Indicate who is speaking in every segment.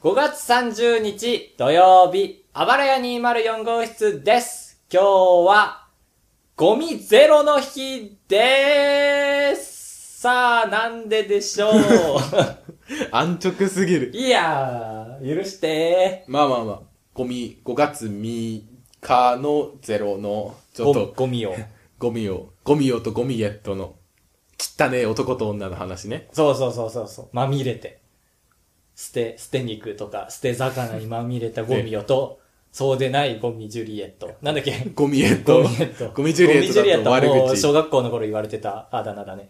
Speaker 1: 5月30日土曜日、あばらや204号室です。今日は、ゴミゼロの日でーす。さあ、なんででしょ う。
Speaker 2: 安直すぎる。
Speaker 1: いやー、許して
Speaker 2: まあまあまあ、ゴミ、5月3日のゼロの、ち
Speaker 1: ー。
Speaker 2: ょっと、
Speaker 1: ゴミを。
Speaker 2: ゴミを、ゴミをとゴミゲットの、汚ねえ男と女の話ね。
Speaker 1: そうそうそうそうそう。まみれて。捨て、捨て肉とか、捨て魚にまみれたゴミをと、そうでないゴミジュリエット。なんだっけ
Speaker 2: ゴミゲッ
Speaker 1: ゴ
Speaker 2: ト
Speaker 1: ミジュリエット。。
Speaker 2: ゴミジュリエットだと
Speaker 1: ゴミジュリエッ
Speaker 2: 悪
Speaker 1: トもう
Speaker 2: 口。
Speaker 1: 小学校の頃言われてたあだ名だね。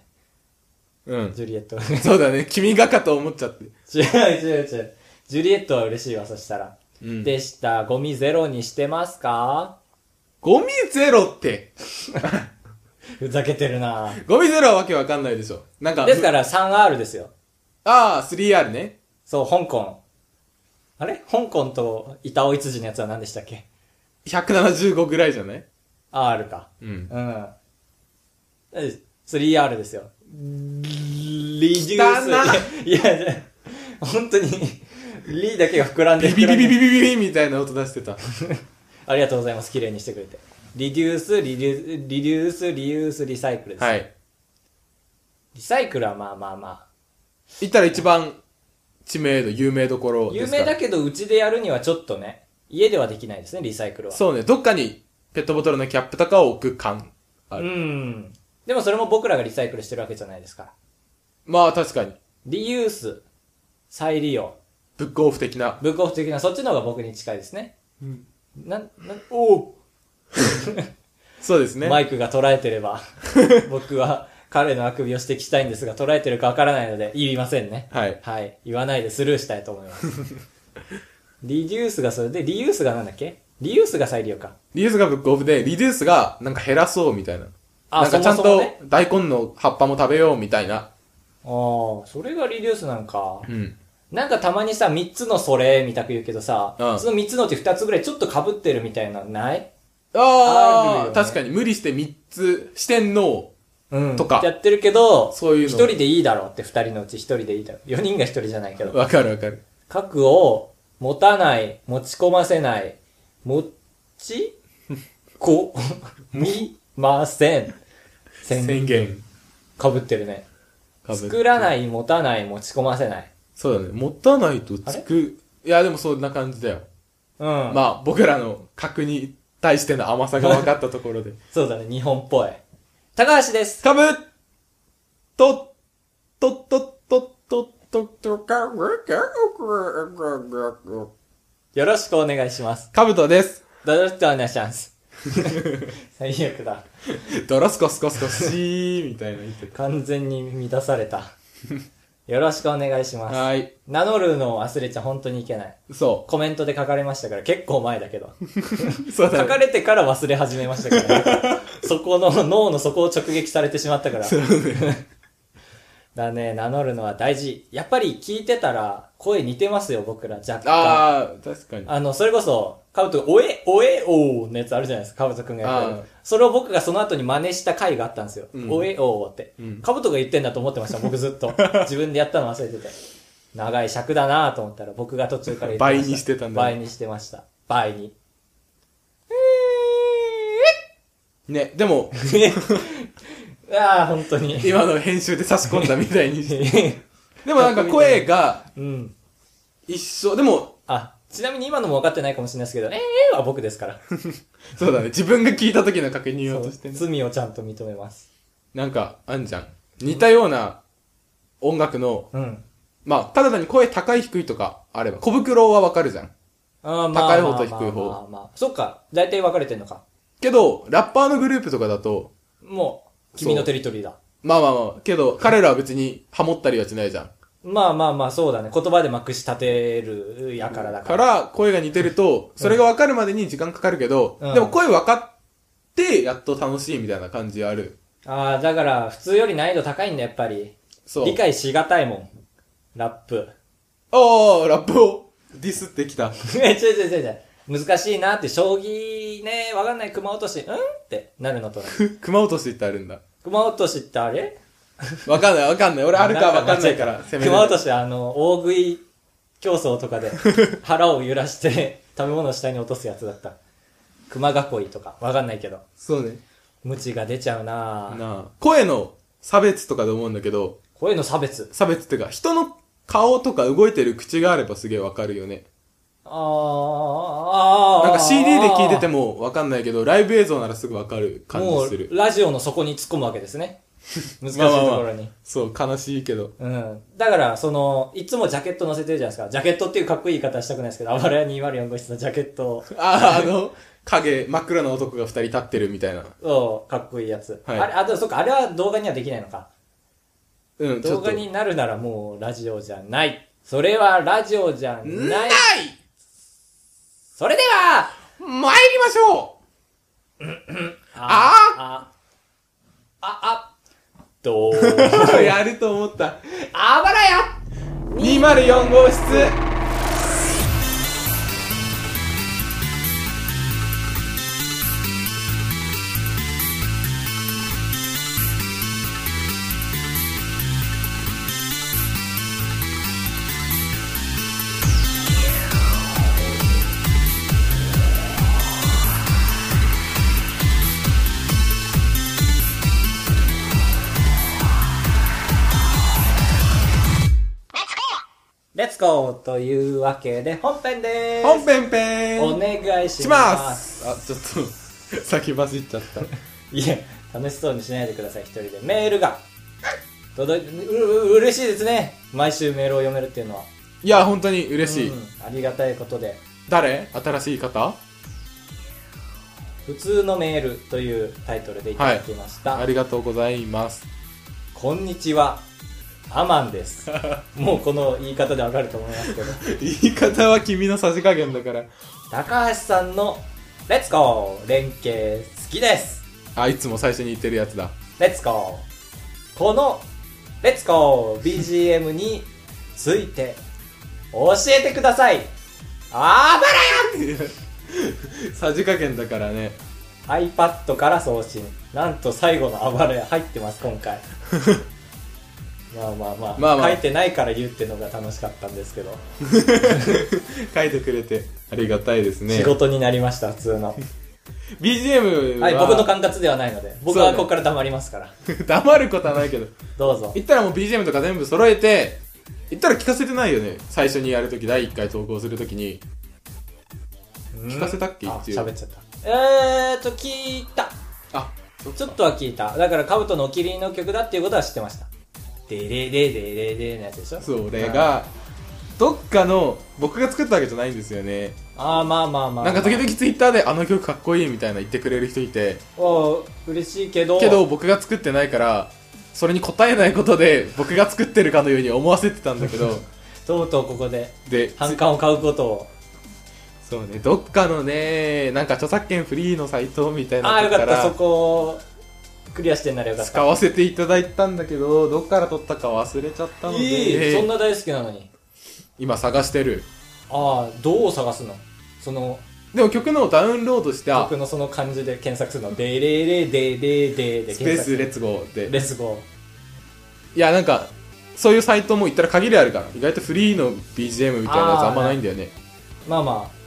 Speaker 2: うん。
Speaker 1: ジュリエット。
Speaker 2: そうだね、君がかと思っちゃって。
Speaker 1: 違う違う違う。ジュリエットは嬉しいわ、そしたら。
Speaker 2: うん。
Speaker 1: でした。ゴミゼロにしてますか
Speaker 2: ゴミゼロって、
Speaker 1: ふざけてるな
Speaker 2: ゴミゼロはわけわかんないでしょ。なんか、。
Speaker 1: ですからら 3R ですよ。
Speaker 2: ああ、3R ね。
Speaker 1: そう、香港。あれ香港と板尾いつじのやつは何でしたっけ
Speaker 2: 175ぐらいじゃない
Speaker 1: ?R か。
Speaker 2: うん。
Speaker 1: うん。3R ですよ。リデュ
Speaker 2: 汚ない
Speaker 1: や、いや、本当に、リだけが膨らんで
Speaker 2: ビビ
Speaker 1: 膨
Speaker 2: ビビ
Speaker 1: らんで
Speaker 2: ビビビビみたいな音出してた。
Speaker 1: ありがとうございます。綺麗にしてくれて。リデュース、リデュース、リデュース、リユース、リサイクルです。
Speaker 2: はい。
Speaker 1: リサイクルはまあまあま
Speaker 2: 行ったら一番知名度、有名どころ
Speaker 1: あ。
Speaker 2: で
Speaker 1: 有
Speaker 2: すか
Speaker 1: 名だけど、うちでやるにはちょっとね、家ではできないですね、リサイクルは。
Speaker 2: そうね、どっかにペットボトルのキャップとかを置く感。ある
Speaker 1: うん。でもそれも僕らがリサイクルしてるわけじゃないですから。
Speaker 2: まあ確かに、
Speaker 1: リユース、再利用、
Speaker 2: ブックオフ的な。
Speaker 1: ブックオフ的な、そっちの方が僕に近いですね。
Speaker 2: うん
Speaker 1: なん、なん、おう
Speaker 2: そうですね。
Speaker 1: マイクが捉えてれば、 僕は彼のあくびを指摘したいんですが、捉えてるかわからないので、言いませんね。
Speaker 2: はい。
Speaker 1: はい。言わないでスルーしたいと思います。 リデュースがそれで、リユースがなんだっけリユースが再利用か。
Speaker 2: リデュースがブックオフで、リデュースがなんか減らそうみたいな。
Speaker 1: あ
Speaker 2: なんかちゃん
Speaker 1: そもそも
Speaker 2: と
Speaker 1: ね
Speaker 2: 大根の葉っぱも食べようみたいな。
Speaker 1: ああ、それがリデュースなんか。
Speaker 2: うん。
Speaker 1: なんかたまにさ、三つのそれ、みたく言うけどさ、
Speaker 2: うん
Speaker 1: その三つのうち二つぐらいちょっと被ってるみたいなのないある
Speaker 2: あ
Speaker 1: よ
Speaker 2: あ、
Speaker 1: ね
Speaker 2: 確かに無理して3つ、四天王。
Speaker 1: うん。
Speaker 2: とか
Speaker 1: やってるけど、
Speaker 2: そういうの
Speaker 1: 一人でいいだろうって二人のうち一人でいいだろう。四人が一人じゃないけど。
Speaker 2: わかるわかる。
Speaker 1: 核を持たない、持ち込ませない、持ち、 こ、み、ません。
Speaker 2: 宣言。
Speaker 1: かぶってるね。
Speaker 2: かぶって
Speaker 1: 作らない、持たない、持ち込ませない。
Speaker 2: そうだね。持たないと
Speaker 1: あれ
Speaker 2: つく。いや、でもそんな感じだよ。
Speaker 1: うん。
Speaker 2: まあ、僕らの格に対しての甘さが分かったとこ ろで。
Speaker 1: そうだね、日本っぽい。高橋です。
Speaker 2: かぶと、と、と、と、と、と、と、かぶ、
Speaker 1: よろしくお願いします。
Speaker 2: かぶとです。
Speaker 1: よろしくお願いし ます。最悪だ。
Speaker 2: ドロスコスコスコシーみたいな言ってた。
Speaker 1: 完全に乱され た。よろしくお願いします。
Speaker 2: はーい。
Speaker 1: 名乗るのを忘れちゃ本当にいけない。
Speaker 2: そ
Speaker 1: コメントで書かれましたから、結構前だけど。
Speaker 2: う。 そうだ
Speaker 1: 書か
Speaker 2: ね。
Speaker 1: れてから忘れ始めましたから、 そこの脳の底を直撃されてしまったから。 だね、名乗るのは大事。やっぱり聞いてたら声似てますよ、僕ら若干。あ
Speaker 2: あー、確かに。
Speaker 1: の、それこそ、カブト、おえ、おえ、おーのやつあるじゃないですか、カブトくんがやって
Speaker 2: あー
Speaker 1: る。それを僕がその後に真似した回があったんですよ。
Speaker 2: うん
Speaker 1: おえ、おーって
Speaker 2: うん。
Speaker 1: カブトが言ってんだと思ってました、僕ずっ と。自分でやったの忘れてて。長い尺だなぁと思ったら、僕が途中から言ってました。
Speaker 2: 倍にしてたんだ
Speaker 1: 倍にしてました。倍に。
Speaker 2: ね、でも、
Speaker 1: ああ、本当に。
Speaker 2: 今の編集で差し込んだみたい にして。でも
Speaker 1: も
Speaker 2: な
Speaker 1: なんん
Speaker 2: か
Speaker 1: か
Speaker 2: 声
Speaker 1: 声
Speaker 2: が
Speaker 1: うん。
Speaker 2: 一緒。でも、
Speaker 1: あ、ちなみに今のも分かってないかもしれないですけど、ええー、は僕ですから。
Speaker 2: そうだね。自分が聞いた時の確認をとしてね。
Speaker 1: 罪をちゃんと認めます。
Speaker 2: なんか、あんじゃん。似たような音楽の、
Speaker 1: うん。
Speaker 2: まあ、ただ単に声高い低いとかあれば、小袋はわかるじゃん。
Speaker 1: あー
Speaker 2: 高い方と低い方
Speaker 1: まあまあまあまあ。そっか、大体分かれてんのか。
Speaker 2: けど、ラッパーのグループとかだと、
Speaker 1: もう、君のテリトリーだ。
Speaker 2: まあまあまあ、けど、彼らは別にハモったりはしないじゃん。
Speaker 1: まあまあまあ、そうだね。言葉でまくし立てるやからだ
Speaker 2: か
Speaker 1: から。
Speaker 2: ら、声が似てると、それがわかるまでに時間かかるけど、
Speaker 1: うん
Speaker 2: でも声分かって、やっと楽しいみたいな感じある。
Speaker 1: ああ、だから、普通より難易度高いんだ、やっぱり。
Speaker 2: そう。
Speaker 1: 理解しがたいもん。ラップ。
Speaker 2: ああ、ラップをディスってきた。
Speaker 1: え、違う違う違う違う。難しいなって、将棋ね、わかんない熊落とし、うんってなるのと ね。
Speaker 2: 熊落としってあるんだ。
Speaker 1: 熊落としってあれ
Speaker 2: わかんないわかんない。俺あるかわかんないから、
Speaker 1: 熊落とし、あの、大食い競争とか で腹を揺らして食べ物を下に落とすやつだった。熊囲いとか、わかんないけど。
Speaker 2: そうね。
Speaker 1: 無知が出ちゃうなぁ
Speaker 2: なあ声の差別とかで思うんだけど、
Speaker 1: 声の差別。
Speaker 2: 差別っていうか、人の顔とか動いてる口があればすげえわかるよね。
Speaker 1: あー。
Speaker 2: なんか CD で聞いてて
Speaker 1: も
Speaker 2: もわかんないけど、ライブ映像ならすぐわかる感
Speaker 1: も
Speaker 2: じす
Speaker 1: う、
Speaker 2: る。
Speaker 1: ラジオの底に突っ込むわけです ね。難しいと
Speaker 2: まあまあまあ
Speaker 1: ころに。
Speaker 2: そう、悲しい けど。
Speaker 1: うん。だから、その、いつもジャケット乗せてるじゃないですか。ジャケットっていうかっこいい言い方したくないですけど、あばらや204号室のジャケット
Speaker 2: ああ、あの、影、真っ暗な男が二人立ってるみたいな。
Speaker 1: を、かっこいいやつ。
Speaker 2: はい
Speaker 1: あれ、あ、でもそっか、あれは動画にはできないのか。
Speaker 2: うん、ちょ
Speaker 1: 動
Speaker 2: っと。
Speaker 1: 画になるならもうラジオじゃない。それはラジオじゃない。それでは
Speaker 2: 参りましょ
Speaker 1: ああああどう
Speaker 2: う やると思った。
Speaker 1: あばらや
Speaker 2: 204号室
Speaker 1: レッツゴーというわけで本編で
Speaker 2: 本
Speaker 1: ー
Speaker 2: 編ペ
Speaker 1: す
Speaker 2: ーン
Speaker 1: お願いし
Speaker 2: し
Speaker 1: ま。
Speaker 2: ますすあ、ちょっと、 先走っちゃった。
Speaker 1: いえ、楽しそうにしないでください、一人で。メールが届いて、う、う、嬉しいですね。毎週メールを読めるっていうのは。
Speaker 2: いや、本当に嬉しい。
Speaker 1: うんありがたいことで。
Speaker 2: 誰新しい方
Speaker 1: 普通のメールというタイトルでいただきました。
Speaker 2: ありがとうございます。
Speaker 1: こんにちは。アマン です。もうこの言い方でわかると思いますけど。
Speaker 2: 言い方は君のさじ加減だから。
Speaker 1: 高橋さんの、レッツゴー連携好きです。
Speaker 2: あ、いつも最初に言ってるやつだ。
Speaker 1: レッツゴーこの、レッツゴー BGM について、教えてくださいあ
Speaker 2: さじ加減だからね。
Speaker 1: ばらや !iPad から送信。なんと最後のあばらや入ってます、今 回。まあまあまあ、
Speaker 2: まあまあ
Speaker 1: 書いてないから言うってのが楽しかったんですけど、
Speaker 2: 書いてくれてありがたいですね。
Speaker 1: 仕事になりました、普通の。
Speaker 2: BGM は、
Speaker 1: はい、僕の管轄ではないので、僕
Speaker 2: そう
Speaker 1: は
Speaker 2: ね
Speaker 1: ここから黙りますから。
Speaker 2: 黙ることはないけど。
Speaker 1: どうぞ。
Speaker 2: 言ったらもう BGM とか全部揃えて、言ったら聞かせてないよね。最初にやるとき、第1回投稿するときに。聞かせたっけ
Speaker 1: あ
Speaker 2: 一応
Speaker 1: 喋っちゃった。えーっと、聞いた。
Speaker 2: あ、そっか
Speaker 1: ちょっとは聞いた。だから、カブトのお気に入りの曲だっていうことは知ってました。デレデレデレのやつでしょ
Speaker 2: それ。が、どっかの、僕が作ったわけじゃないんですよね。
Speaker 1: ああ、まあまあまあ。
Speaker 2: なんか時々 Twitter であの曲かっこいいみたいな言ってくれる人いて、
Speaker 1: おう嬉しいけど。
Speaker 2: けど、僕が作ってないから、それに応えないことで僕が作ってるかのように思わせてたんだ けど、
Speaker 1: とうとうここで、
Speaker 2: で、
Speaker 1: 反感を買うことを。
Speaker 2: そうね、どっかのね、なんか著作権フリーのサイトみたい
Speaker 1: ああ
Speaker 2: な
Speaker 1: ー、よか
Speaker 2: か
Speaker 1: った。そ
Speaker 2: ら
Speaker 1: こを、クリアしてんならよかった。
Speaker 2: 使わせていただいたんだけど、どっから撮ったか忘れちゃったので、
Speaker 1: いい、そんな大好きなのに。
Speaker 2: 今探してる。
Speaker 1: ああ、どう探すのその、
Speaker 2: でも曲のダウンロードして、あ
Speaker 1: 僕のその漢字で検索するの。デレレデレデで
Speaker 2: スペー
Speaker 1: 検索
Speaker 2: スレッツゴー
Speaker 1: レ
Speaker 2: で。
Speaker 1: スゴ
Speaker 2: いや、なんか、そういうサイトも行ったら限りあるから、意外とフリーの BGM みたいなやつ
Speaker 1: あー
Speaker 2: あんまないんだよね。
Speaker 1: ー。まあまあ、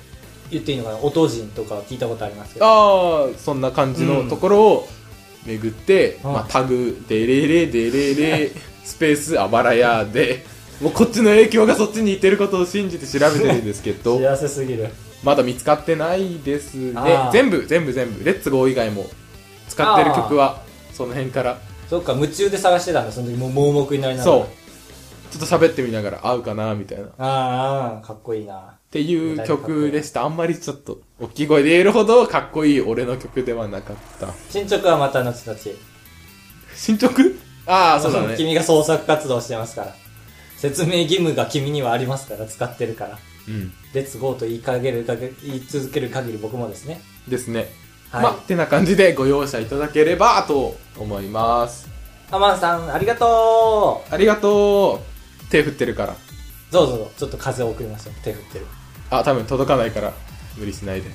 Speaker 1: 言っていいのかな。音人とか聞いたことありますけど。
Speaker 2: ああそんな感じのところを巡って、
Speaker 1: うん
Speaker 2: まあ、タグ「デレレデレ レスペースあばらや」でもうこっちの影響がそっちにいってることを信じて調べてるんですけど
Speaker 1: 幸せすぎる。
Speaker 2: まだ見つかってないです
Speaker 1: あ
Speaker 2: ね
Speaker 1: ー
Speaker 2: 全部全部全部「レッツゴー」以外も使ってる曲はその辺から
Speaker 1: そっか、夢中で探してたんだ、その時。もう盲目になりながら。
Speaker 2: そうちょっと喋ってみながら合うかなみたいなっ
Speaker 1: あーあー、かっこいいな。
Speaker 2: ていう曲でしたあんまりちょっと大きい声で言えるほどかっこいい俺の曲ではなかった
Speaker 1: 進捗はまた後々。
Speaker 2: 進捗ああそうだね
Speaker 1: 君が創作活動してますから。説明義務が君にはありますから、使ってるから。
Speaker 2: うん
Speaker 1: レッツゴーと言いかけるかけ、言い続ける限り僕もですね。
Speaker 2: ですね。
Speaker 1: はい
Speaker 2: まあ、てな感じでご容赦いただければと思います。
Speaker 1: アマンさん、ありがと
Speaker 2: ありがとう。手振ってるから。
Speaker 1: うどうぞどうぞ、ちょっと風を送りましょう。手振ってる。
Speaker 2: あ、多分届かないから、無理しないで。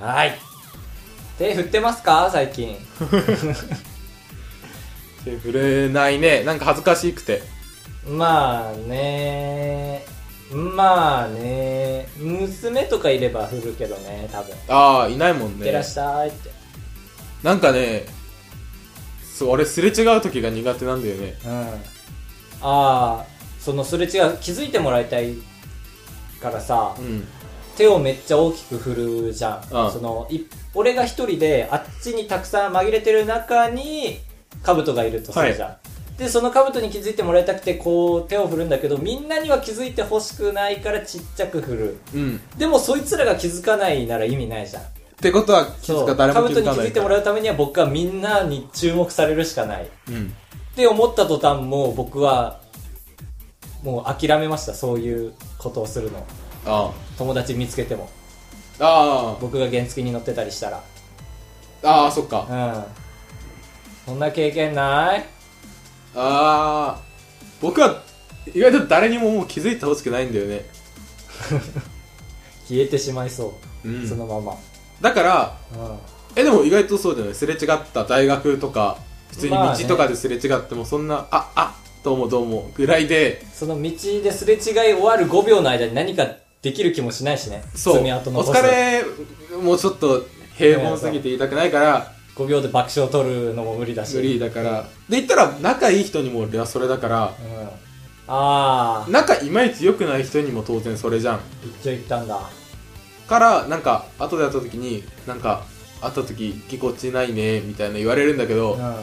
Speaker 1: はい。手振ってますか最 近。
Speaker 2: 手振れないね。なんか恥ずかしくて。
Speaker 1: まあねまあね、娘とかいれば振るけどね、多分。い
Speaker 2: ああいないもん
Speaker 1: ってら
Speaker 2: ね
Speaker 1: っしゃいって。
Speaker 2: なんかねそう俺すれ違う時が苦手なんだよね
Speaker 1: うん。ああ、そのすれ違う、気づいてもらいたいからさ、
Speaker 2: うん
Speaker 1: 手をめっちゃ大きく振るじゃん。
Speaker 2: うん
Speaker 1: その、い俺が一人で、あっちにたくさん紛れてる中に、兜がいるとするじゃん。で、その兜に気づいてもらいたくて、こう、手を振るんだけど、みんなには気づいてほしくないからちっちゃく振る。
Speaker 2: うん
Speaker 1: でも、そいつらが気づかないなら意味ないじゃん。
Speaker 2: ってことは気
Speaker 1: そ
Speaker 2: づ
Speaker 1: う、
Speaker 2: か誰も気づ
Speaker 1: に
Speaker 2: か
Speaker 1: 気
Speaker 2: な
Speaker 1: づい
Speaker 2: い
Speaker 1: て
Speaker 2: か
Speaker 1: も
Speaker 2: ら
Speaker 1: らうためには僕はみんなに注目されるしかない。
Speaker 2: うん
Speaker 1: って思った途端もう僕はもう諦めましたそういうことをするの
Speaker 2: あ
Speaker 1: 友達見つけても
Speaker 2: ああ
Speaker 1: 僕が原付に乗ってたりしたら
Speaker 2: あああそっか
Speaker 1: うんそんな経験ない
Speaker 2: ああ僕は意外と誰にももう気づいてほしくないんだよね
Speaker 1: 消えてしまいそう、
Speaker 2: うん
Speaker 1: そのまま
Speaker 2: だから
Speaker 1: うん
Speaker 2: えでも意外とそうじゃないすれ違った大学とか普通に
Speaker 1: まあね
Speaker 2: 道とかですれ違ってもそんな、あ、あどうもどうもぐらいで
Speaker 1: その道ですれ違い終わる5秒の間に何かできる気もしないしね
Speaker 2: そうお
Speaker 1: 爪痕残す
Speaker 2: 疲れもうちょっと平凡すぎて言いたくないから
Speaker 1: 5秒で爆笑取るのも無理だし
Speaker 2: 無理だからで言ったら仲いい人にも俺はそれだから
Speaker 1: うんああ
Speaker 2: 仲いまいち良くない人にも当然それじゃん
Speaker 1: 一応言ったんだ
Speaker 2: からなんか後で会った時になんか会った時ぎこちないねみたいな言われるんだけど、
Speaker 1: うん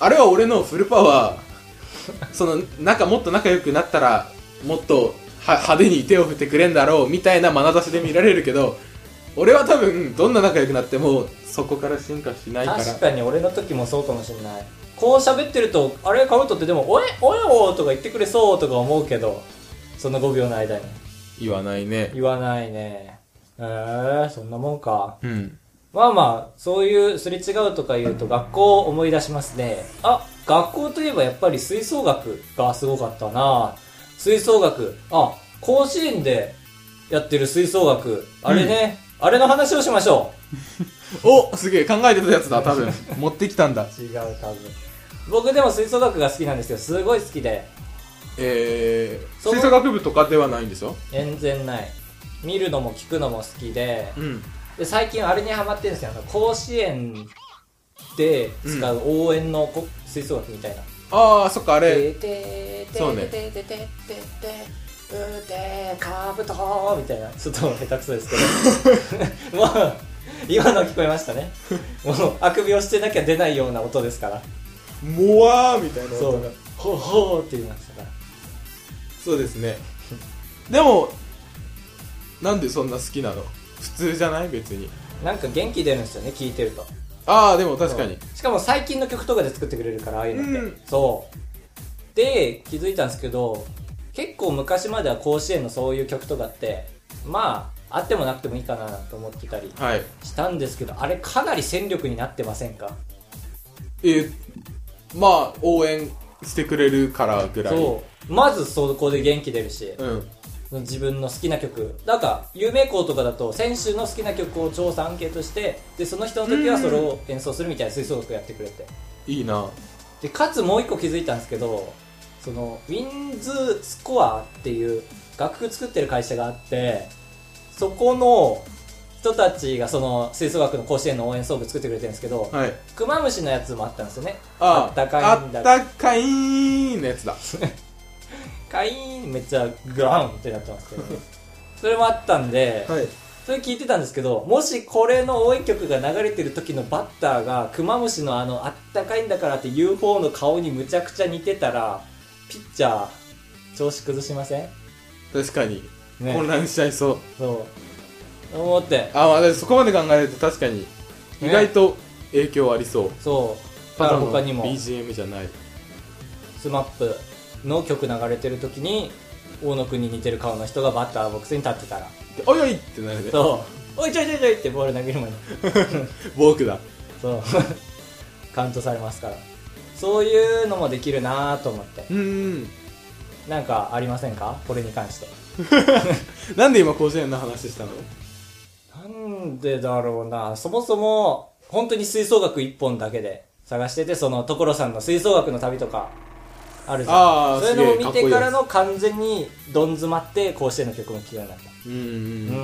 Speaker 2: あれは俺のフルパワ ー、その、仲、もっと仲良くなったら、もっとは派手に手を振ってくれんだろう、みたいな眼差しで見られるけど、俺は多分、どんな仲良くなっても、そこから進化しないから。
Speaker 1: 確かに俺の時もそうかもしれないこう喋ってるとあれカウトってでも「おえおえお」とか言ってくれそうとか思うけどその5秒の間に
Speaker 2: 言わないね。
Speaker 1: 言わないねえー、そんなもんか
Speaker 2: うん。
Speaker 1: まあまあそういうすれ違うとか言うと学校を思い出しますねあ学校といえばやっぱり吹奏楽がすごかったな吹奏楽あ甲子園でやってる吹奏楽あれね、あれの話をしましょう
Speaker 2: おすげえ、考えてたやつだ、多分。持ってきたんだ。
Speaker 1: 違う多分僕でも吹奏楽が好きなんですけどすごい好きで
Speaker 2: えー、
Speaker 1: その
Speaker 2: 吹奏楽部とかではないんでしょ
Speaker 1: 全然ない見るのも聞くのも好きで
Speaker 2: うん。
Speaker 1: で最近あれにハマってるんですよあの甲子園で使う応援のこ吹奏楽みたいな、
Speaker 2: あー、そっか、あれ、
Speaker 1: ででで
Speaker 2: そうね
Speaker 1: でででででうでかぶとみたいなちょっと下手くそですけ どもう今の聞こえましたねもうあくびをしてなきゃ出ないような音ですから
Speaker 2: もわーみたいな
Speaker 1: そ
Speaker 2: 音
Speaker 1: う
Speaker 2: が。
Speaker 1: ほうほうって言いましたから
Speaker 2: そうです ね。でも、なんでそんな好きなの普通じゃない別に。
Speaker 1: なんか元気出るんですよね聞いてると
Speaker 2: ああでも確かに
Speaker 1: そうしかも最近の曲とかで作ってくれるからああいうのって、
Speaker 2: うん
Speaker 1: そうで気づいたんですけど結構昔までは甲子園のそういう曲とかってまああってもなくてもいいかなと思ってたり
Speaker 2: はい
Speaker 1: したんですけどあれかなり戦力になってませんか
Speaker 2: えまあ応援してくれるからぐらい
Speaker 1: そうまずそこで元気出るし、
Speaker 2: うん
Speaker 1: 自分の好きな曲なんか有名校とかだと選手の好きな曲を調査アンケートしてでその人の時はそれを演奏するみたいな吹奏楽やってくれて
Speaker 2: いいな
Speaker 1: でかつもう一個気づいたんですけどそのウィンズスコアっていう楽譜作ってる会社があってそこの人たちがその吹奏楽の甲子園の応援ソング作ってくれてるんですけど、
Speaker 2: はい
Speaker 1: クマムシのやつもあったんですよね
Speaker 2: あ
Speaker 1: ったかいん
Speaker 2: あ
Speaker 1: だか
Speaker 2: ったかいのやつだ
Speaker 1: いんめっちゃグランってなってますけど、ね、それもあったんで、
Speaker 2: はい
Speaker 1: それ聞いてたんですけどもしこれの応援曲が流れてる時のバッターがクマムシのあの「あったかいんだから」って UFO の顔にむちゃくちゃ似てたらピッチャー調子崩しません
Speaker 2: 確かに、混
Speaker 1: ね
Speaker 2: 乱しちゃいそう
Speaker 1: そう思って
Speaker 2: あまあでもそこまで考えると確かに意
Speaker 1: ね
Speaker 2: 外と影響ありそう、
Speaker 1: そうだ
Speaker 2: た
Speaker 1: か
Speaker 2: だ
Speaker 1: ら
Speaker 2: の
Speaker 1: 他にも
Speaker 2: BGM じゃない
Speaker 1: SMAP の曲流れてる時に大野君に似てる顔の人がバッターボックスに立ってたら
Speaker 2: でおいおいってなるね
Speaker 1: そう「おいちょいちょいちょい」ってボール投げる前に
Speaker 2: ボークだ
Speaker 1: そう カウントされますからそういうのもできるなぁと思って
Speaker 2: うーん
Speaker 1: なんかありませんかこれに関して
Speaker 2: なんで今甲子園の話したの
Speaker 1: なんでだろうなそもそも本当に吹奏楽一本だけで探しててその所さんの吹奏楽の旅とかあるじゃ
Speaker 2: あ
Speaker 1: ん
Speaker 2: ー
Speaker 1: そういうのを見て
Speaker 2: すげえか
Speaker 1: か
Speaker 2: っこいいや
Speaker 1: ら
Speaker 2: つ
Speaker 1: の完全にどん詰まって甲子園の曲も聴くようになった
Speaker 2: うん
Speaker 1: う
Speaker 2: うん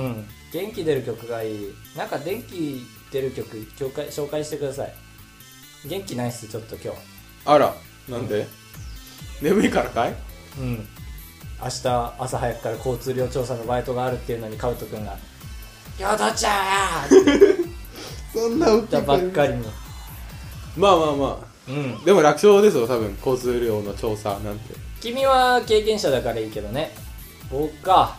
Speaker 1: ん元気出る曲がいいなんか元気出る曲紹介紹介してください元気ないっすちょっと今
Speaker 2: あらなんで眠いからかい
Speaker 1: 日うん明日朝早くから交通量調査のバイトがあるっていうのにカウト君が「よどちゃー!」って言っ
Speaker 2: そんな大
Speaker 1: たばっかりに
Speaker 2: まあまあま
Speaker 1: うん
Speaker 2: あでも楽勝ですよ多分交通量の調査なんて
Speaker 1: 君は経験者だからいいけどね僕か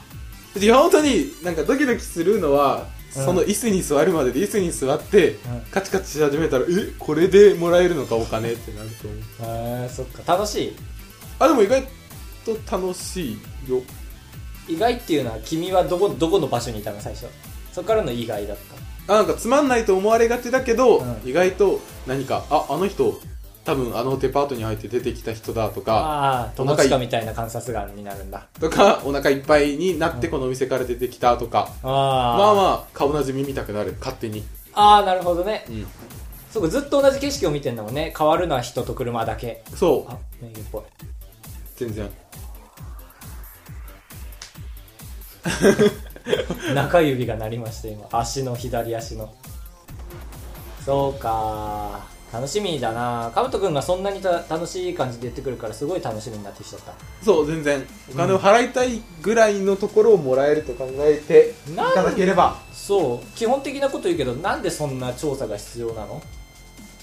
Speaker 2: いや本当になんかドキドキするのは、
Speaker 1: うん
Speaker 2: その椅子に座るまでで椅子に座って、
Speaker 1: ん
Speaker 2: カチカチし始めたらえこれでもらえるのかお金ってなると思う
Speaker 1: へえそっか楽し
Speaker 2: あでも意外と楽しいよ
Speaker 1: い意外っていうのは君はどこどこの場所にいたの最初そっからの意外だった
Speaker 2: あなんかつまんないと思われがちだけど、
Speaker 1: うん
Speaker 2: 意外と何かああの人多分あのデパートに入って出てきた人だとか
Speaker 1: ああ友近みたいな観察眼になるんだ
Speaker 2: とかお腹いっぱいになって
Speaker 1: うん
Speaker 2: このお店から出てきたとか、
Speaker 1: あ
Speaker 2: まあ
Speaker 1: あ
Speaker 2: まあ顔なじみ見たくなる勝手に、
Speaker 1: ああなるほどね
Speaker 2: うん、
Speaker 1: そうかずっと同じ景色を見てんだもんね変わるのは人と車だけ
Speaker 2: そう
Speaker 1: あ名言っぽい
Speaker 2: 全然
Speaker 1: 中指が鳴りました今足の左足のそうか楽しみだなかぶとくんがそんなにた楽しい感じで言ってくるからすごい楽しみになってきちゃった
Speaker 2: そう全然お金を払いたいぐらいのところをもらえると考えてい
Speaker 1: なん
Speaker 2: ただければ
Speaker 1: そう基本的なこと言うけどなんでそんな調査が必要なの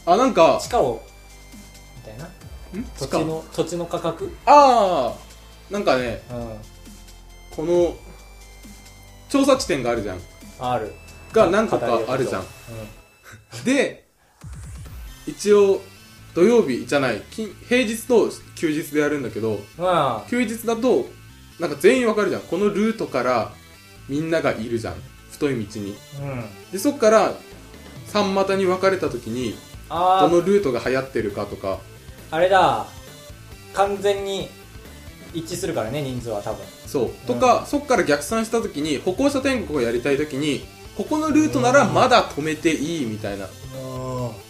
Speaker 2: あなんか
Speaker 1: 地価をみたいな土地
Speaker 2: ん
Speaker 1: の土地の価格うん
Speaker 2: ああなんかね
Speaker 1: あ
Speaker 2: この調査地点があるじゃん
Speaker 1: る
Speaker 2: が何個かあるじゃん
Speaker 1: うん
Speaker 2: で一応土曜日じゃない金平日と休日でやるんだけど
Speaker 1: まあ
Speaker 2: 休日だとなんか全員わかるじゃんこのルートからみんながいるじゃん太い道に
Speaker 1: うん
Speaker 2: でそっから三股に分かれた時に
Speaker 1: あ
Speaker 2: ど
Speaker 1: あ
Speaker 2: のルートが流行ってるかとか
Speaker 1: あれだ完全に一致するからね人数は多分
Speaker 2: そうとか、そっから逆算した時に歩行者天国をやりたい時にここのルートならまだ止めていいみたいな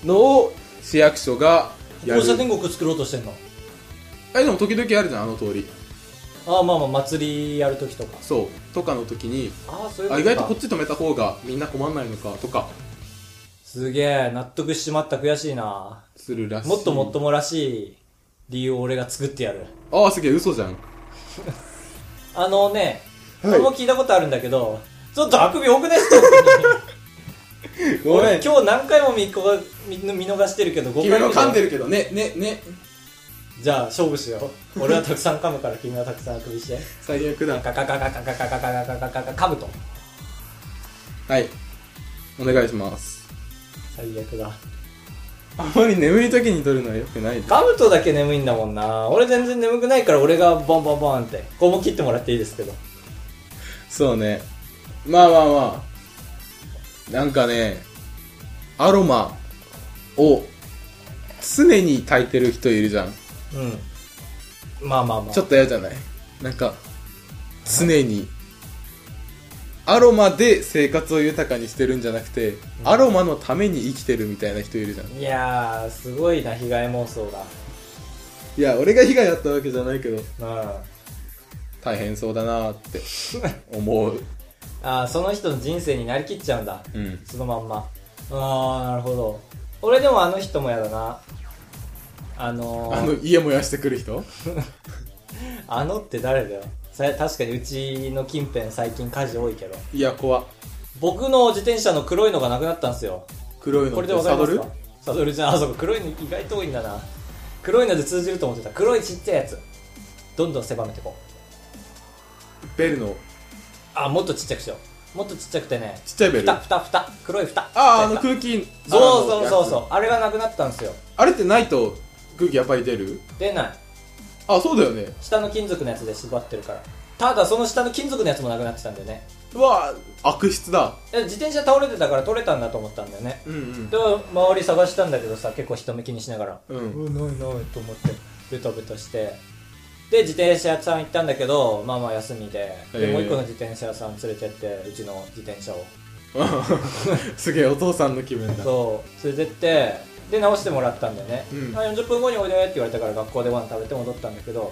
Speaker 2: のを市役所が
Speaker 1: 歩行
Speaker 2: やる
Speaker 1: 者天国作ろうとしてんの
Speaker 2: あでも時々あるじゃんあの通り
Speaker 1: ああまあまあ祭りやるときとか
Speaker 2: そうとかの時に
Speaker 1: ああそういうこ
Speaker 2: あ
Speaker 1: とか
Speaker 2: 意外とこっち止めた方がみんな困んないのかとか
Speaker 1: すげえ納得しちまった悔しいな
Speaker 2: するらしい
Speaker 1: もっともっともらしい理由を俺が作ってやる
Speaker 2: ああすげえ嘘じゃん
Speaker 1: あのね、
Speaker 2: はい
Speaker 1: これも聞いたことあるんだけどちょっとあくび多くです俺今日何回も見こが見見逃してるけど5回
Speaker 2: 君
Speaker 1: 目だ
Speaker 2: も
Speaker 1: よ
Speaker 2: 噛んでるけどねねね
Speaker 1: じゃあ勝負しよう俺はたくさん噛むから君はたくさんあくびして
Speaker 2: 最悪だ
Speaker 1: カカカカカカカカカカカカカカブと
Speaker 2: はいお願いします
Speaker 1: 最悪だ
Speaker 2: あまり眠い時に撮るのはよくない
Speaker 1: カブとだけ眠いんだもんな俺全然眠くないから俺がボンボンボンってここも切ってもらっていいですけど
Speaker 2: そうねまあまあまあなんかねアロマを常に炊いてる人いるじゃん
Speaker 1: うんまあまあまあ
Speaker 2: ちょっと嫌じゃないなんか常にアロマで生活を豊かにしてるんじゃなくてアロマのために生きてるみたいな人いるじゃん
Speaker 1: いやーすごいな被害妄想
Speaker 2: いや俺が被害あったわけじゃないけど
Speaker 1: がうん
Speaker 2: 大変そうだなーって思 う
Speaker 1: あーその人の人生になりきっちゃうんだ
Speaker 2: うん
Speaker 1: そのまんまああなるほど俺でもあの人もやだなあのー、
Speaker 2: あの家燃やしてくる人
Speaker 1: あのって誰だよさ確かにうちの近辺最近火事多いけど
Speaker 2: いや怖
Speaker 1: 僕の自転車の黒いのがなくなったんですよ
Speaker 2: 黒いの
Speaker 1: これで
Speaker 2: っ
Speaker 1: わ
Speaker 2: て
Speaker 1: かりま
Speaker 2: サド
Speaker 1: す
Speaker 2: ル
Speaker 1: かサドルじゃんあそうか黒いの意外と多いんだな黒いので通じると思ってた黒いちっちゃいやつどんどん狭めてこう
Speaker 2: ベルの
Speaker 1: あもっとちっちゃくしようもっとちっちゃくてね
Speaker 2: ちっちゃいベル
Speaker 1: 蓋
Speaker 2: あ
Speaker 1: 蓋蓋黒い蓋
Speaker 2: あーあの
Speaker 1: 蓋
Speaker 2: 空気
Speaker 1: そうそうそう
Speaker 2: う
Speaker 1: そうあれがなくなったんですよ
Speaker 2: あれってないと空気やっぱり出る
Speaker 1: 出ない
Speaker 2: あそうだよね
Speaker 1: 下の金属のやつで縛ってるからただその下の金属のやつもなくなってたんだよね
Speaker 2: うわー悪質だ
Speaker 1: え自転車倒れてたから取れたんだと思ったんだよね
Speaker 2: うんうん
Speaker 1: で周り探したんだけどさ結構人目気にしながら
Speaker 2: うん
Speaker 1: うんないないと思ってベトベトしてで自転車屋さん行ったんだけどまあまあ休みでで
Speaker 2: へえ
Speaker 1: もう一個の自転車屋さん連れてってうちの自転車を
Speaker 2: すげえお父さんの気分だ
Speaker 1: そう連れてってで直してもらったんだよね、
Speaker 2: うん
Speaker 1: あ40分後においでって言われたから学校でご飯食べて戻ったんだけど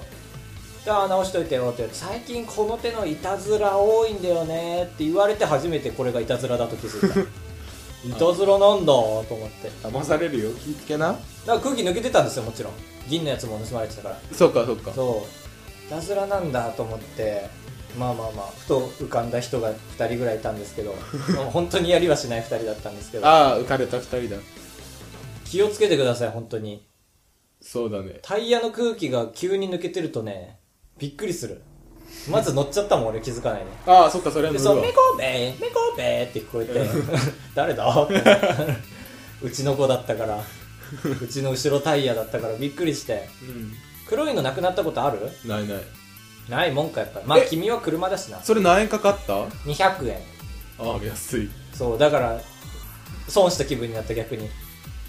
Speaker 1: じゃあ直しといてよって言われて最近この手のいたずら多いんだよねって言われて初めてこれがいたずらだと気づ いたいたずらなんだと思ってだか
Speaker 2: 騙されるよ気ぃつけな
Speaker 1: ら空気抜けてたんですよもちろん銀のやつも盗まれてたから
Speaker 2: そうかそうか
Speaker 1: そういたずらなんだと思ってまあまあまあふと浮かんだ人が2人ぐらいいたんですけ どまあ本当にやりはしない2人だったんですけど
Speaker 2: ああ浮かれた二人だ
Speaker 1: 気をつけてください本当に
Speaker 2: そうだね
Speaker 1: タイヤの空気が急に抜けてるとねびっくりするまず乗っちゃったもん俺気づかないね
Speaker 2: ああそっかそれは
Speaker 1: で
Speaker 2: 乗
Speaker 1: そう
Speaker 2: る
Speaker 1: 「
Speaker 2: わ
Speaker 1: メコベーメコベー」って聞こえて「誰 だ?」ってうちの子だったからうちの後ろタイヤだったからびっくりして
Speaker 2: うん
Speaker 1: 黒いのなくなったことある
Speaker 2: ないない
Speaker 1: ないもんかやっぱまあ
Speaker 2: え
Speaker 1: 君は車だしな
Speaker 2: それ何円かかったあ
Speaker 1: 200円
Speaker 2: あ安い
Speaker 1: そうだから損した気分になった逆に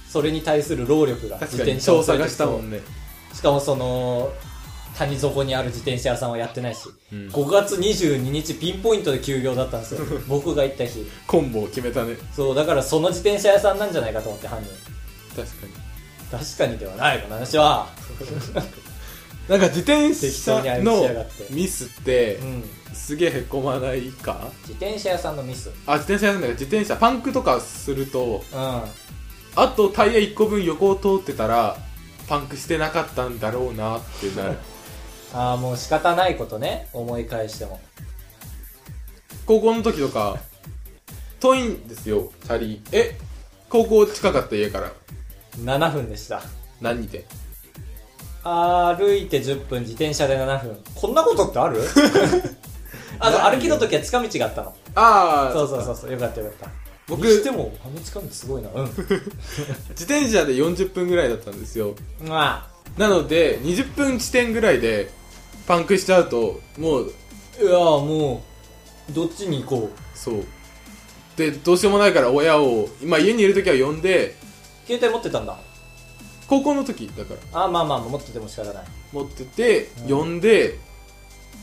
Speaker 1: それに対する労力が
Speaker 2: 確かに調査がしたもんね
Speaker 1: そうしかもその谷底にある自転車屋さんはやってないし、
Speaker 2: うん
Speaker 1: 5月22日ピンポイントで休業だったんですよ 僕が行った日
Speaker 2: コンボを決めたね
Speaker 1: そうだからその自転車屋さんなんじゃないかと思って犯人
Speaker 2: 確かに
Speaker 1: 確かにではないこの話は
Speaker 2: なんか自転
Speaker 1: 適当に歩
Speaker 2: 車
Speaker 1: き
Speaker 2: の
Speaker 1: やがって
Speaker 2: ミスって
Speaker 1: うん
Speaker 2: すげえへこまないか
Speaker 1: 自転車屋さんのミス
Speaker 2: あ自転車なんだけど自転車パンクとかすると
Speaker 1: うん
Speaker 2: あとタイヤ1個分横を通ってたらパンクしてなかったんだろうなって なる
Speaker 1: ああもう仕方ないことね思い返しても
Speaker 2: 高校の時とか遠いんですよチャリえ高校近かった家から
Speaker 1: 7分でした
Speaker 2: 何で
Speaker 1: 歩いて10分自転車で7分こんなことってある あの
Speaker 2: ないよ
Speaker 1: 歩きの時は近道があったの
Speaker 2: ああ
Speaker 1: そうそうそうそうよかったよかった
Speaker 2: 僕
Speaker 1: にしてもあの近道すごいなうん
Speaker 2: 自転車で40分ぐらいだったんですよ
Speaker 1: ま
Speaker 2: なので20分地点ぐらいでパンクしちゃうともう
Speaker 1: あいやもうどっちに行こう
Speaker 2: そうでどうしようもないから親を今家にいる時は呼んで
Speaker 1: 携帯持ってたんだ
Speaker 2: 高校の時だから
Speaker 1: あまあまあ持ってても仕方ない
Speaker 2: 持ってて、
Speaker 1: うん
Speaker 2: 呼んで、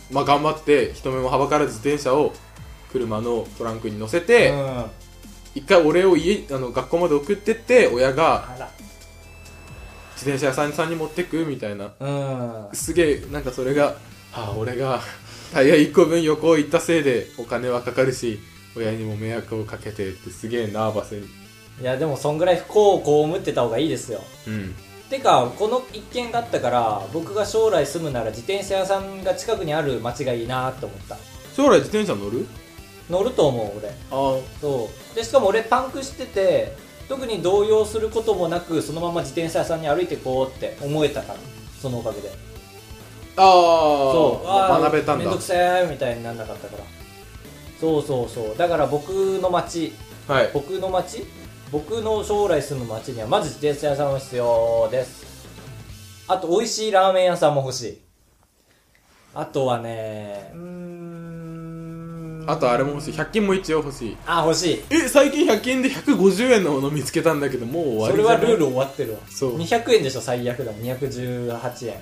Speaker 2: まあ、頑張って人目もはばからず自転車を車のトランクに乗せて、
Speaker 1: うん
Speaker 2: 一回俺を家あの学校まで送ってって親が
Speaker 1: あら
Speaker 2: 自転車屋さんさんに持ってくみたいな
Speaker 1: うん
Speaker 2: すげえなんかそれがああ俺がタイヤ1個分横行ったせいでお金はかかるし親にも迷惑をかけてってすげえナーバスに
Speaker 1: いやでもそんぐらい不幸を被ってた方がいいですよ
Speaker 2: うん
Speaker 1: てかこの一件があったから僕が将来住むなら自転車屋さんが近くにある街がいいなって思った
Speaker 2: 将来自転車乗る
Speaker 1: 乗ると思う俺
Speaker 2: あ
Speaker 1: そうでしかも俺パンクしてて特に動揺することもなくそのまま自転車屋さんに歩いてこうって思えたからそのおかげで
Speaker 2: ああ
Speaker 1: そう
Speaker 2: あ
Speaker 1: ー
Speaker 2: 学べたん
Speaker 1: め
Speaker 2: だ
Speaker 1: んどくせえみたいになんなかったからそうそうそうだから僕の街
Speaker 2: はい
Speaker 1: 僕の街僕の将来住む街にはまず自転車屋さんは必要ですあと美味しいラーメン屋さんも欲しいあとはねうーん
Speaker 2: あとあれも欲しい100均も一応欲しい
Speaker 1: あ欲しい
Speaker 2: え最近100均で150円のもの見つけたんだけどもう終わ
Speaker 1: そ
Speaker 2: り
Speaker 1: れ
Speaker 2: じゃ
Speaker 1: は
Speaker 2: ない
Speaker 1: ルール終わってるわ
Speaker 2: そう
Speaker 1: 200円でしょ最悪だもん218円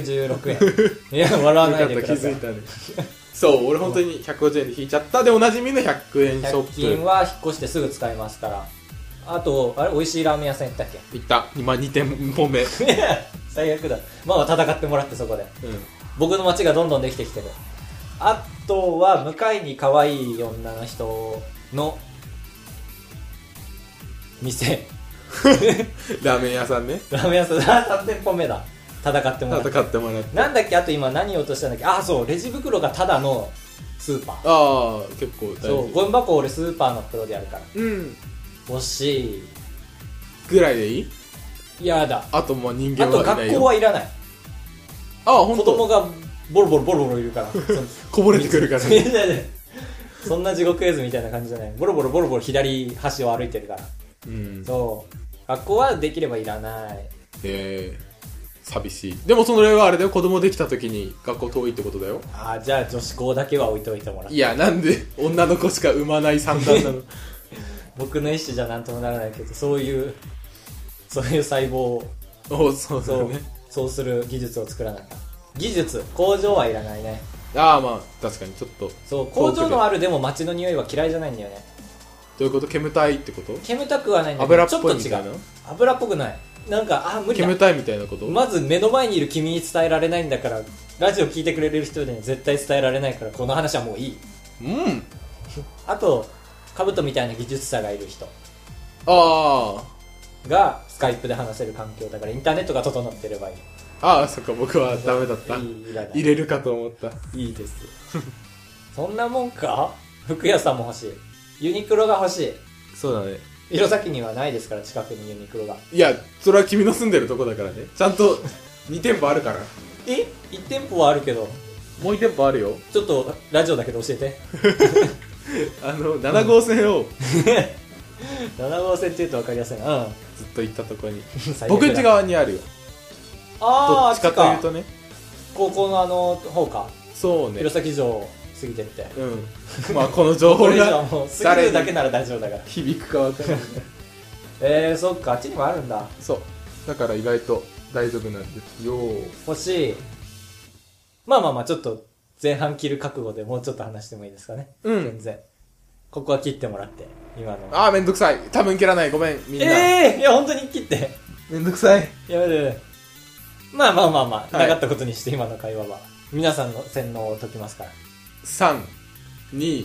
Speaker 1: 216円いや笑わないで
Speaker 2: よ
Speaker 1: く
Speaker 2: か
Speaker 1: だ
Speaker 2: った気
Speaker 1: さ
Speaker 2: づ
Speaker 1: い
Speaker 2: いたねそう俺本当に150円で引いちゃったでおなじみの100円ショ
Speaker 1: 100均
Speaker 2: ップ
Speaker 1: は引っ越してすぐ使いますからあとあれ美味しいラーメン屋さん行ったっけ
Speaker 2: いった今2 店舗目、うん、
Speaker 1: 最悪だまあまあ戦ってもらってそこで僕の街がどんどんできてきてるあとは向かいに可愛い女の人の店
Speaker 2: ラーメン屋さんね
Speaker 1: ラーメン屋さん3店舗目だ戦ってもらって
Speaker 2: 戦ってもらって
Speaker 1: なんだっけあと今何を落としたんだっけあそうレジ袋がただのスーパー
Speaker 2: ああ結構大事
Speaker 1: そうゴミ箱俺スーパーのプロでやるから
Speaker 2: うん
Speaker 1: 欲し
Speaker 2: ぐらいでいい
Speaker 1: いやだ
Speaker 2: あともう人
Speaker 1: あ
Speaker 2: 間
Speaker 1: と
Speaker 2: はいない
Speaker 1: 学校
Speaker 2: よ
Speaker 1: はいらない
Speaker 2: ああ本
Speaker 1: 子供
Speaker 2: 当
Speaker 1: がボロボロボロボロいるから
Speaker 2: こぼれてくるから
Speaker 1: そのいやいやいや そんな地獄絵図みたいな感じじゃないボロボロボロボロ左端を歩いてるから
Speaker 2: うん
Speaker 1: そう学校はできればいらない
Speaker 2: えー、寂しいでもそれはあれだよ子供できた時に学校遠いってことだよ
Speaker 1: あーじゃあ女子校だけは置いといてもらう
Speaker 2: いやなんで女の子しか産まない三段なの
Speaker 1: 僕の意思じゃなんともならないけどそういうそういう細胞を
Speaker 2: お そうそ
Speaker 1: そう う
Speaker 2: ね、
Speaker 1: そうする技術を作らなきゃ。技術、工場はいらないね。
Speaker 2: ああまあ確かにちょっと
Speaker 1: そう、工場のあるでも街の匂いは嫌いじゃないんだよね。
Speaker 2: どういうこと煙たいってこと
Speaker 1: 煙たくはないんだけど
Speaker 2: 油っ
Speaker 1: ちょっ
Speaker 2: ぽ
Speaker 1: と
Speaker 2: いみ
Speaker 1: 違
Speaker 2: たいうな
Speaker 1: 油っぽくないなんかあ無理だ
Speaker 2: 煙たいみたいなこと
Speaker 1: まず目の前にいる君に伝えられないんだからラジオ聞いてくれる人には絶対伝えられないからこの話はもういい
Speaker 2: うん
Speaker 1: あとカブトみたいな技術者がいる人
Speaker 2: ああ
Speaker 1: がスカイプで話せる環境だからインターネットが整ってればいい
Speaker 2: ああそっか僕はダメだった
Speaker 1: いいいらない
Speaker 2: 入れるかと思った
Speaker 1: いいですよ そんなもんか服屋さんも欲しいユニクロが欲しい
Speaker 2: そうだね
Speaker 1: 弘前にはないですから近くにユニクロが
Speaker 2: いやそれは君の住んでるとこだからねちゃんと2店舗あるから
Speaker 1: え1店舗はあるけど
Speaker 2: もう1店舗あるよ
Speaker 1: ちょっとラジオだけど教え て
Speaker 2: あの7号線を
Speaker 1: 7号線って言うと分かりやすいなうん
Speaker 2: ずっと行ったとこに
Speaker 1: 最悪だ
Speaker 2: 僕ん家側にあるよ
Speaker 1: ああ
Speaker 2: ど
Speaker 1: あ
Speaker 2: っ
Speaker 1: っ
Speaker 2: ち
Speaker 1: ち
Speaker 2: かという
Speaker 1: か
Speaker 2: とね
Speaker 1: 高校のあの方か
Speaker 2: そうね
Speaker 1: 弘前城を過ぎてって
Speaker 2: うんまあこの情報
Speaker 1: これ以上
Speaker 2: が
Speaker 1: もう過ぎ
Speaker 2: 誰
Speaker 1: る
Speaker 2: に
Speaker 1: だけなら大丈夫だから
Speaker 2: 響くかわからない
Speaker 1: えー、そっかあっちにもあるんだ
Speaker 2: そうだから意外と大丈夫なんですよ
Speaker 1: 欲しいまあまあまあちょっと前半切る覚悟でもうちょっと話してもいいですかね
Speaker 2: うん
Speaker 1: 全然ここは切ってもらって今の
Speaker 2: ああめんどくさい多分切らないごめんみんな、
Speaker 1: ええー、いや本当に切って
Speaker 2: めんどくさい
Speaker 1: やめるやめるまあまあまあまあ、
Speaker 2: はい
Speaker 1: なかったことにして今の会話は皆さんの洗脳を解きますから
Speaker 2: 321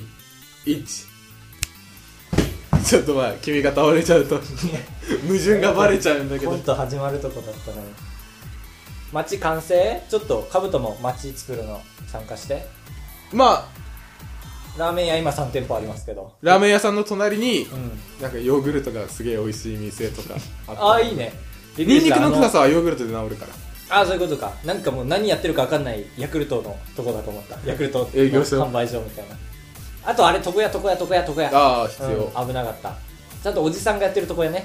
Speaker 2: ちょっとまあ君が倒れちゃうと矛盾がバレちゃうんだけ
Speaker 1: コ
Speaker 2: ど
Speaker 1: ント始まるとこだったのに街完成ちょっとカブトも街作るの参加して
Speaker 2: まあ
Speaker 1: ラーメン屋今3店舗ありますけど
Speaker 2: ラーメン屋さんの隣に
Speaker 1: うん
Speaker 2: なんかヨーグルトがすげえ美味しい店とかあった
Speaker 1: ああいいねニ
Speaker 2: ニンニクの臭
Speaker 1: さ
Speaker 2: さはヨーグルトで治るから
Speaker 1: ああそういうことかなんかもう何やってるか分かんないヤクルトのとこだと思ったヤクルトの
Speaker 2: 営業所
Speaker 1: 販売所みたいなあとあれ床屋床屋床屋床屋
Speaker 2: ああ必要、
Speaker 1: うん、危なかったちゃんとおじさんがやってる床屋ね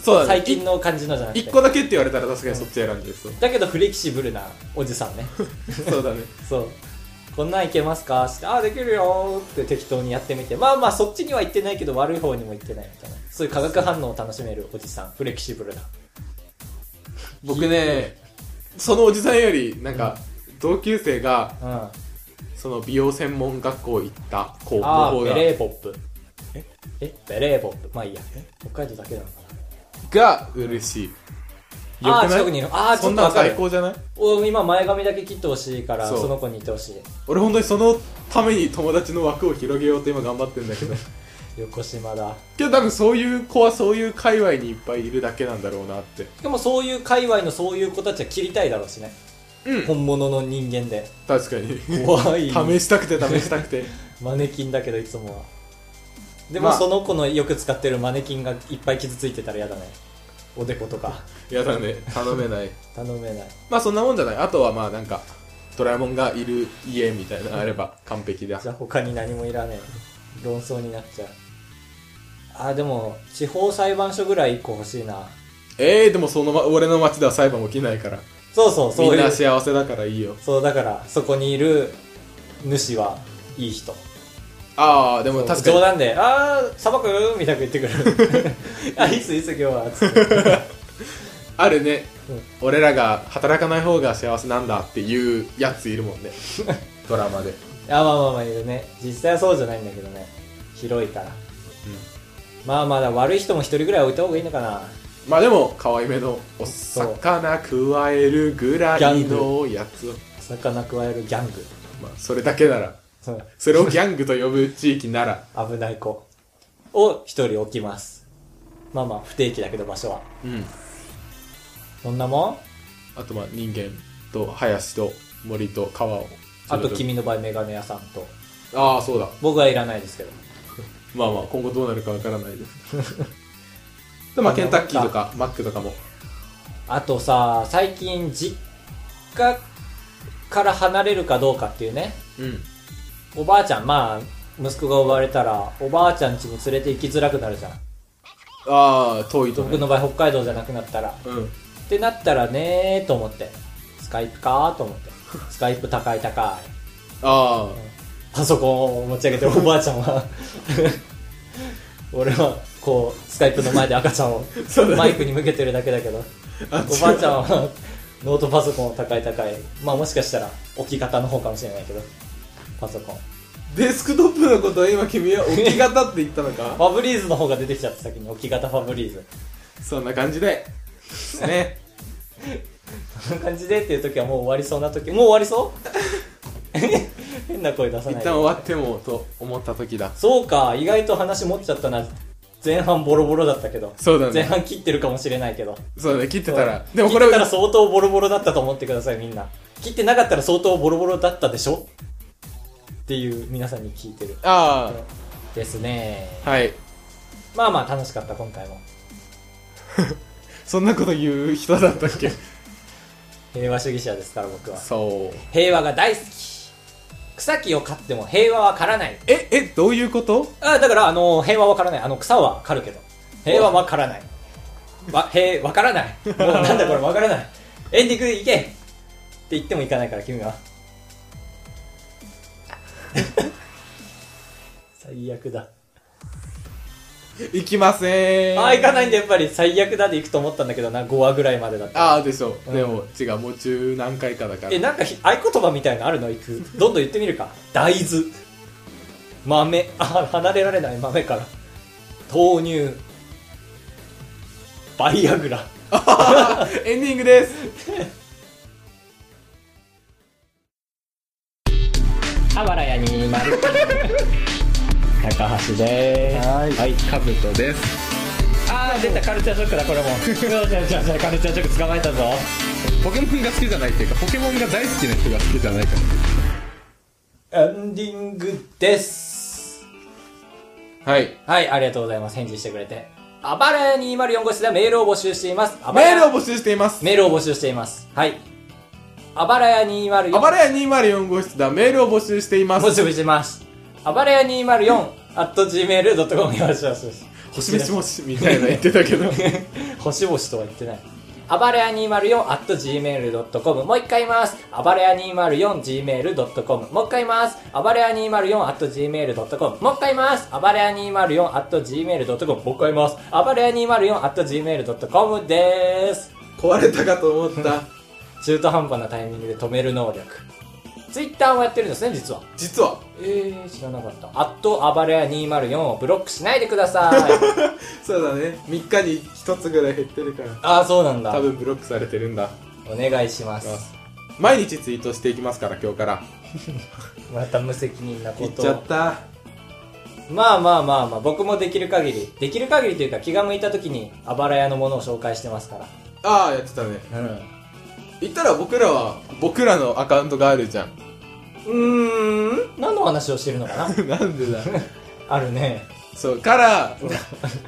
Speaker 2: そうだね
Speaker 1: 最近の感じのじゃなくて
Speaker 2: 1個だけって言われたら確かにそっち選んで る、そう
Speaker 1: だけどフレキシブルなおじさんね
Speaker 2: そうだね
Speaker 1: そうこんなんいけますかして「ああできるよ」って適当にやってみてまあまあそっちには行ってないけど悪い方にも行ってないみたいなそういう化学反応を楽しめるおじさんフレキシブルな
Speaker 2: 僕ねそのおじさんよりなんか同級生が
Speaker 1: うんあ
Speaker 2: その美容専門学校行った子の
Speaker 1: あ
Speaker 2: 方
Speaker 1: ー
Speaker 2: が
Speaker 1: ベレーボップええベレーボップまあいいや北海道だけなのか
Speaker 2: が嬉しい
Speaker 1: なああー近くにいるああち
Speaker 2: そ
Speaker 1: ょ
Speaker 2: ん
Speaker 1: っとわ
Speaker 2: なの
Speaker 1: か
Speaker 2: 最
Speaker 1: る
Speaker 2: 高じゃない
Speaker 1: お今前髪だけ切ってほしいから
Speaker 2: そう
Speaker 1: その子にいてほしい
Speaker 2: 俺本当にそのために友達の枠を広げようと今頑張ってん だけど
Speaker 1: 横島だ
Speaker 2: けど多分そういう子はそういう界隈にいっぱいいるだけなんだろうなって
Speaker 1: しかもそういう界隈のそういう子たちは切りたいだろうしね
Speaker 2: うん
Speaker 1: 本物の人間で
Speaker 2: 確かに
Speaker 1: 怖い
Speaker 2: 試したくて試したく て
Speaker 1: マネキンだけどいつもはでも、
Speaker 2: まあ
Speaker 1: その子のよく使ってるマネキンがいっぱい傷ついてたら嫌だねおでことか
Speaker 2: やだね頼めない
Speaker 1: 頼めない
Speaker 2: まあそんなもんじゃないあとはまあなんかドラえもんがいる家みたいなのあれば完璧だ
Speaker 1: じゃあ他に何もいらねえ論争になっちゃうあーでも地方裁判所ぐらい1個欲しいな
Speaker 2: えー、でもその、ま、俺の町では裁判起きないから
Speaker 1: そうそうそ
Speaker 2: み
Speaker 1: うんい
Speaker 2: な
Speaker 1: う
Speaker 2: 幸せだからいいよ
Speaker 1: そうだからそこにいる主はいい人
Speaker 2: ああでも確か
Speaker 1: 冗
Speaker 2: に
Speaker 1: 談で「ああ裁く?」みたいなこと言ってくる 「あいいっすいいっす今日は」つって
Speaker 2: あるね、
Speaker 1: うん
Speaker 2: 俺らが働かない方が幸せなんだっていうやつい るもんねドラマで、
Speaker 1: あまあまあまあいるね実際はそうじゃないんだけどね広いからまあまだ悪い人も一人ぐらい置いた方がいいのかな
Speaker 2: まあでも可愛めのお
Speaker 1: そう
Speaker 2: 魚くわえるぐらいのやつを
Speaker 1: 魚くわえるギャング
Speaker 2: まあそれだけなら
Speaker 1: そう
Speaker 2: それをギャングと呼ぶ地域なら
Speaker 1: 危ない子を一人置きますまあまあ不定期だけど場所は
Speaker 2: うん
Speaker 1: そんなもん
Speaker 2: あとまあ人間と林と森と川を
Speaker 1: あと君の場合メガネ屋さんと
Speaker 2: ああそうだ
Speaker 1: 僕はいらないですけど
Speaker 2: まあまあ今後どうなるかわからないです でまあケンタッキーとかマックとかも
Speaker 1: あとさ最近実家から離れるかどうかっていうね
Speaker 2: うん
Speaker 1: おばあちゃんまあ息子が生まれたらおばあちゃん家に連れて行きづらくなるじゃん
Speaker 2: ああ遠いと
Speaker 1: 僕
Speaker 2: ね
Speaker 1: の場合北海道じゃなくなったら
Speaker 2: うん
Speaker 1: ってなったらねーと思ってスカイプかーと思ってスカイプ高い高い
Speaker 2: ああ
Speaker 1: パソコンを持ち上げておばあちゃんは俺はこうスカイプの前で赤ちゃんを
Speaker 2: そうだね
Speaker 1: マイクに向けてるだけだけど
Speaker 2: あ
Speaker 1: おばあちゃんはノートパソコンを高い高いまあもしかしたら置き方の方かもしれないけどパソコン
Speaker 2: デスクトップのことを今君は置き型って言ったのか
Speaker 1: ファブリーズの方が出てきちゃった先に置き型ファブリーズ
Speaker 2: そんな感じでですね
Speaker 1: こんな感じでっていう時はもう終わりそうな時もう終わりそう 変な声出さ
Speaker 2: 一
Speaker 1: ないで
Speaker 2: 旦終わってもと思った時だ
Speaker 1: そうか意外と話持っちゃったな前半ボロボロだったけど
Speaker 2: そうだね
Speaker 1: 前半切ってるかもしれないけど
Speaker 2: そうだね切ってたら
Speaker 1: うん
Speaker 2: でもこれ
Speaker 1: 切ってたら相当ボロボロだったと思ってくださいみんな切ってなかったら相当ボロボロだったでしょっていう皆さんに聞いてる
Speaker 2: あ
Speaker 1: ですね
Speaker 2: あはい
Speaker 1: まあまあ楽しかった今回も
Speaker 2: そんなこと言う人だった っけ
Speaker 1: 平和主義者ですから僕は
Speaker 2: そう
Speaker 1: 平和が大好き草木を刈っても平和は刈らない
Speaker 2: ええどういうこと
Speaker 1: あだからあの平和は刈らないあの草は刈るけど平和は刈らないわ平わからないもうなんだこれわからないエンディングいけって言ってもいかないから君は 最悪だ
Speaker 2: 行きません
Speaker 1: ああいかないんだやっぱり最悪だで行くと思ったんだけどな5話ぐらいまでだった
Speaker 2: ああでしょ、
Speaker 1: うん
Speaker 2: でも違うもう中何回かだから
Speaker 1: えなんかひ合言葉みたいなのあるのいくどんどん言ってみるか大豆豆あ離れられない豆から豆乳バイアグラ
Speaker 2: エンディングです
Speaker 1: あばらやにまる高橋で
Speaker 2: はい
Speaker 1: はい
Speaker 2: カブトです
Speaker 1: ああ出たカルチャーショックだこれもそうそうそうそうカルチャーショック捕まえたぞ
Speaker 2: ポケモンが好きじゃないっていうかポケモンが大好きな人が好きじゃないか
Speaker 1: エンディングです
Speaker 2: らはい
Speaker 1: はいありがとうございます返事してくれてあばらや204号室ではメールを募集していますあばら
Speaker 2: メー
Speaker 1: や
Speaker 2: ルを募集しています
Speaker 1: メールを募集しています。はい。あばらや204。
Speaker 2: あばらや204号室だメールを募集しています
Speaker 1: 募集します。あばらや204 at gmail.com よろしくお願いします。
Speaker 2: 星飯もしみたいな言ってたけど
Speaker 1: 星々とは言ってない。あばらや204 at gmail.com もう一回言います。あばらや 204gmail.com もう一回言います。あばらや204 at gmail.com もう一回言います。あばらや204 at gmail.com もう一回言います。あばらや204 at gmail.com でーす。
Speaker 2: 壊れたかと思った
Speaker 1: 中途半端なタイミングで止める能力。ツイッターをやってるんですね、実は。
Speaker 2: 実は
Speaker 1: えー、知らなかった。アット暴れ屋204をブロックしないでください。
Speaker 2: そうだね3日に1つぐらい減ってるから
Speaker 1: あー、そうなんだ
Speaker 2: 多。分ブロックされてるんだ
Speaker 1: お願いします。
Speaker 2: 毎日ツイートしていきますから今日から
Speaker 1: また無責任なこ
Speaker 2: 行っ
Speaker 1: と
Speaker 2: ちゃった
Speaker 1: まあまあまあまあ、僕もできる限り、できる限りというか気が向いた時に暴れ屋のものを紹介してますか
Speaker 2: ああやってたね
Speaker 1: ら。うん。
Speaker 2: 言ったら僕らは僕らのアカウントがあるじゃん
Speaker 1: うーん、何の話をしてるのか な
Speaker 2: なんでだ
Speaker 1: あるね。
Speaker 2: そうから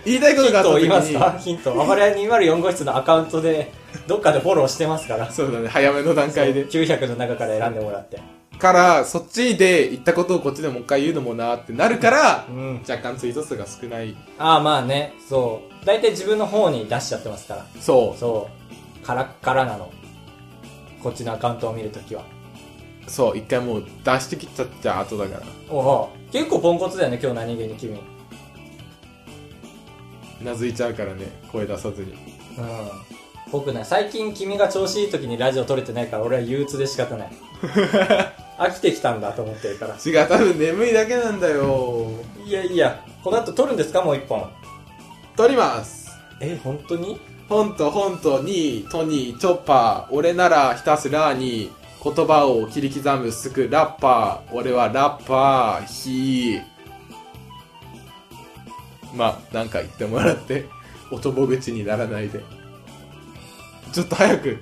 Speaker 2: 言いたいこ
Speaker 1: ヒ
Speaker 2: と
Speaker 1: ン
Speaker 2: があっ
Speaker 1: ト
Speaker 2: た
Speaker 1: を言
Speaker 2: 時
Speaker 1: いますか
Speaker 2: に
Speaker 1: ヒント。暴れ屋204号室のアカウントで、どっかでフォローしてますから。
Speaker 2: そうだね早めの段階で
Speaker 1: 900の中から選んでもらって。
Speaker 2: からそっちで言ったことをこっちでもう一回言うのもなーってなるから
Speaker 1: うん。
Speaker 2: 若干ツイート数が少ない
Speaker 1: ああまあね、そう。大体自分の方に出しちゃってますから。
Speaker 2: そ
Speaker 1: そう。カラッカラなの。こっちのアカウントを見るときは。
Speaker 2: うそう一回もう出してきちゃっちゃ後だから
Speaker 1: おお結構ポンコツだよね、今日何気に君。うん。
Speaker 2: うなずいちゃうからね声出さずに
Speaker 1: 僕ね、最近君が調子いい時にラジオ撮れてないから俺は憂鬱で仕方 ない。飽きてきたんだと思ってるから。
Speaker 2: 違う多分眠いだけなんだよ
Speaker 1: いやいや、この後撮るんですかもう一本。
Speaker 2: 撮ります
Speaker 1: え、本当に
Speaker 2: ホントホントにトニーチョッパー俺ならひたすらに言葉を切り刻むすくラッパー俺はラッパーひーまあなんか言ってもらって 男口にならないでちょっと早く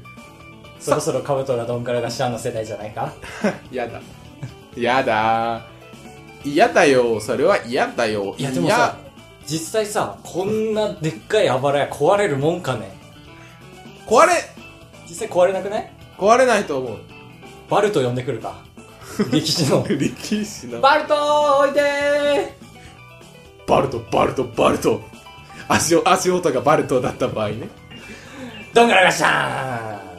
Speaker 1: そろそろカブトラドンカラがシャアの世代じゃないか
Speaker 2: やだやだ嫌だよそれは嫌だよ
Speaker 1: いやでもさ、実際さ、こんなでっかいあばらや壊れるもんかね。
Speaker 2: 壊れ
Speaker 1: 実際壊れなくない
Speaker 2: 壊れないと思う
Speaker 1: バルト呼んでくるか。 歴史の。
Speaker 2: 力士の
Speaker 1: バルトーおいでー
Speaker 2: バルトバルトバルト足を足音がバルトだった場合ね
Speaker 1: どんがらがっしゃーん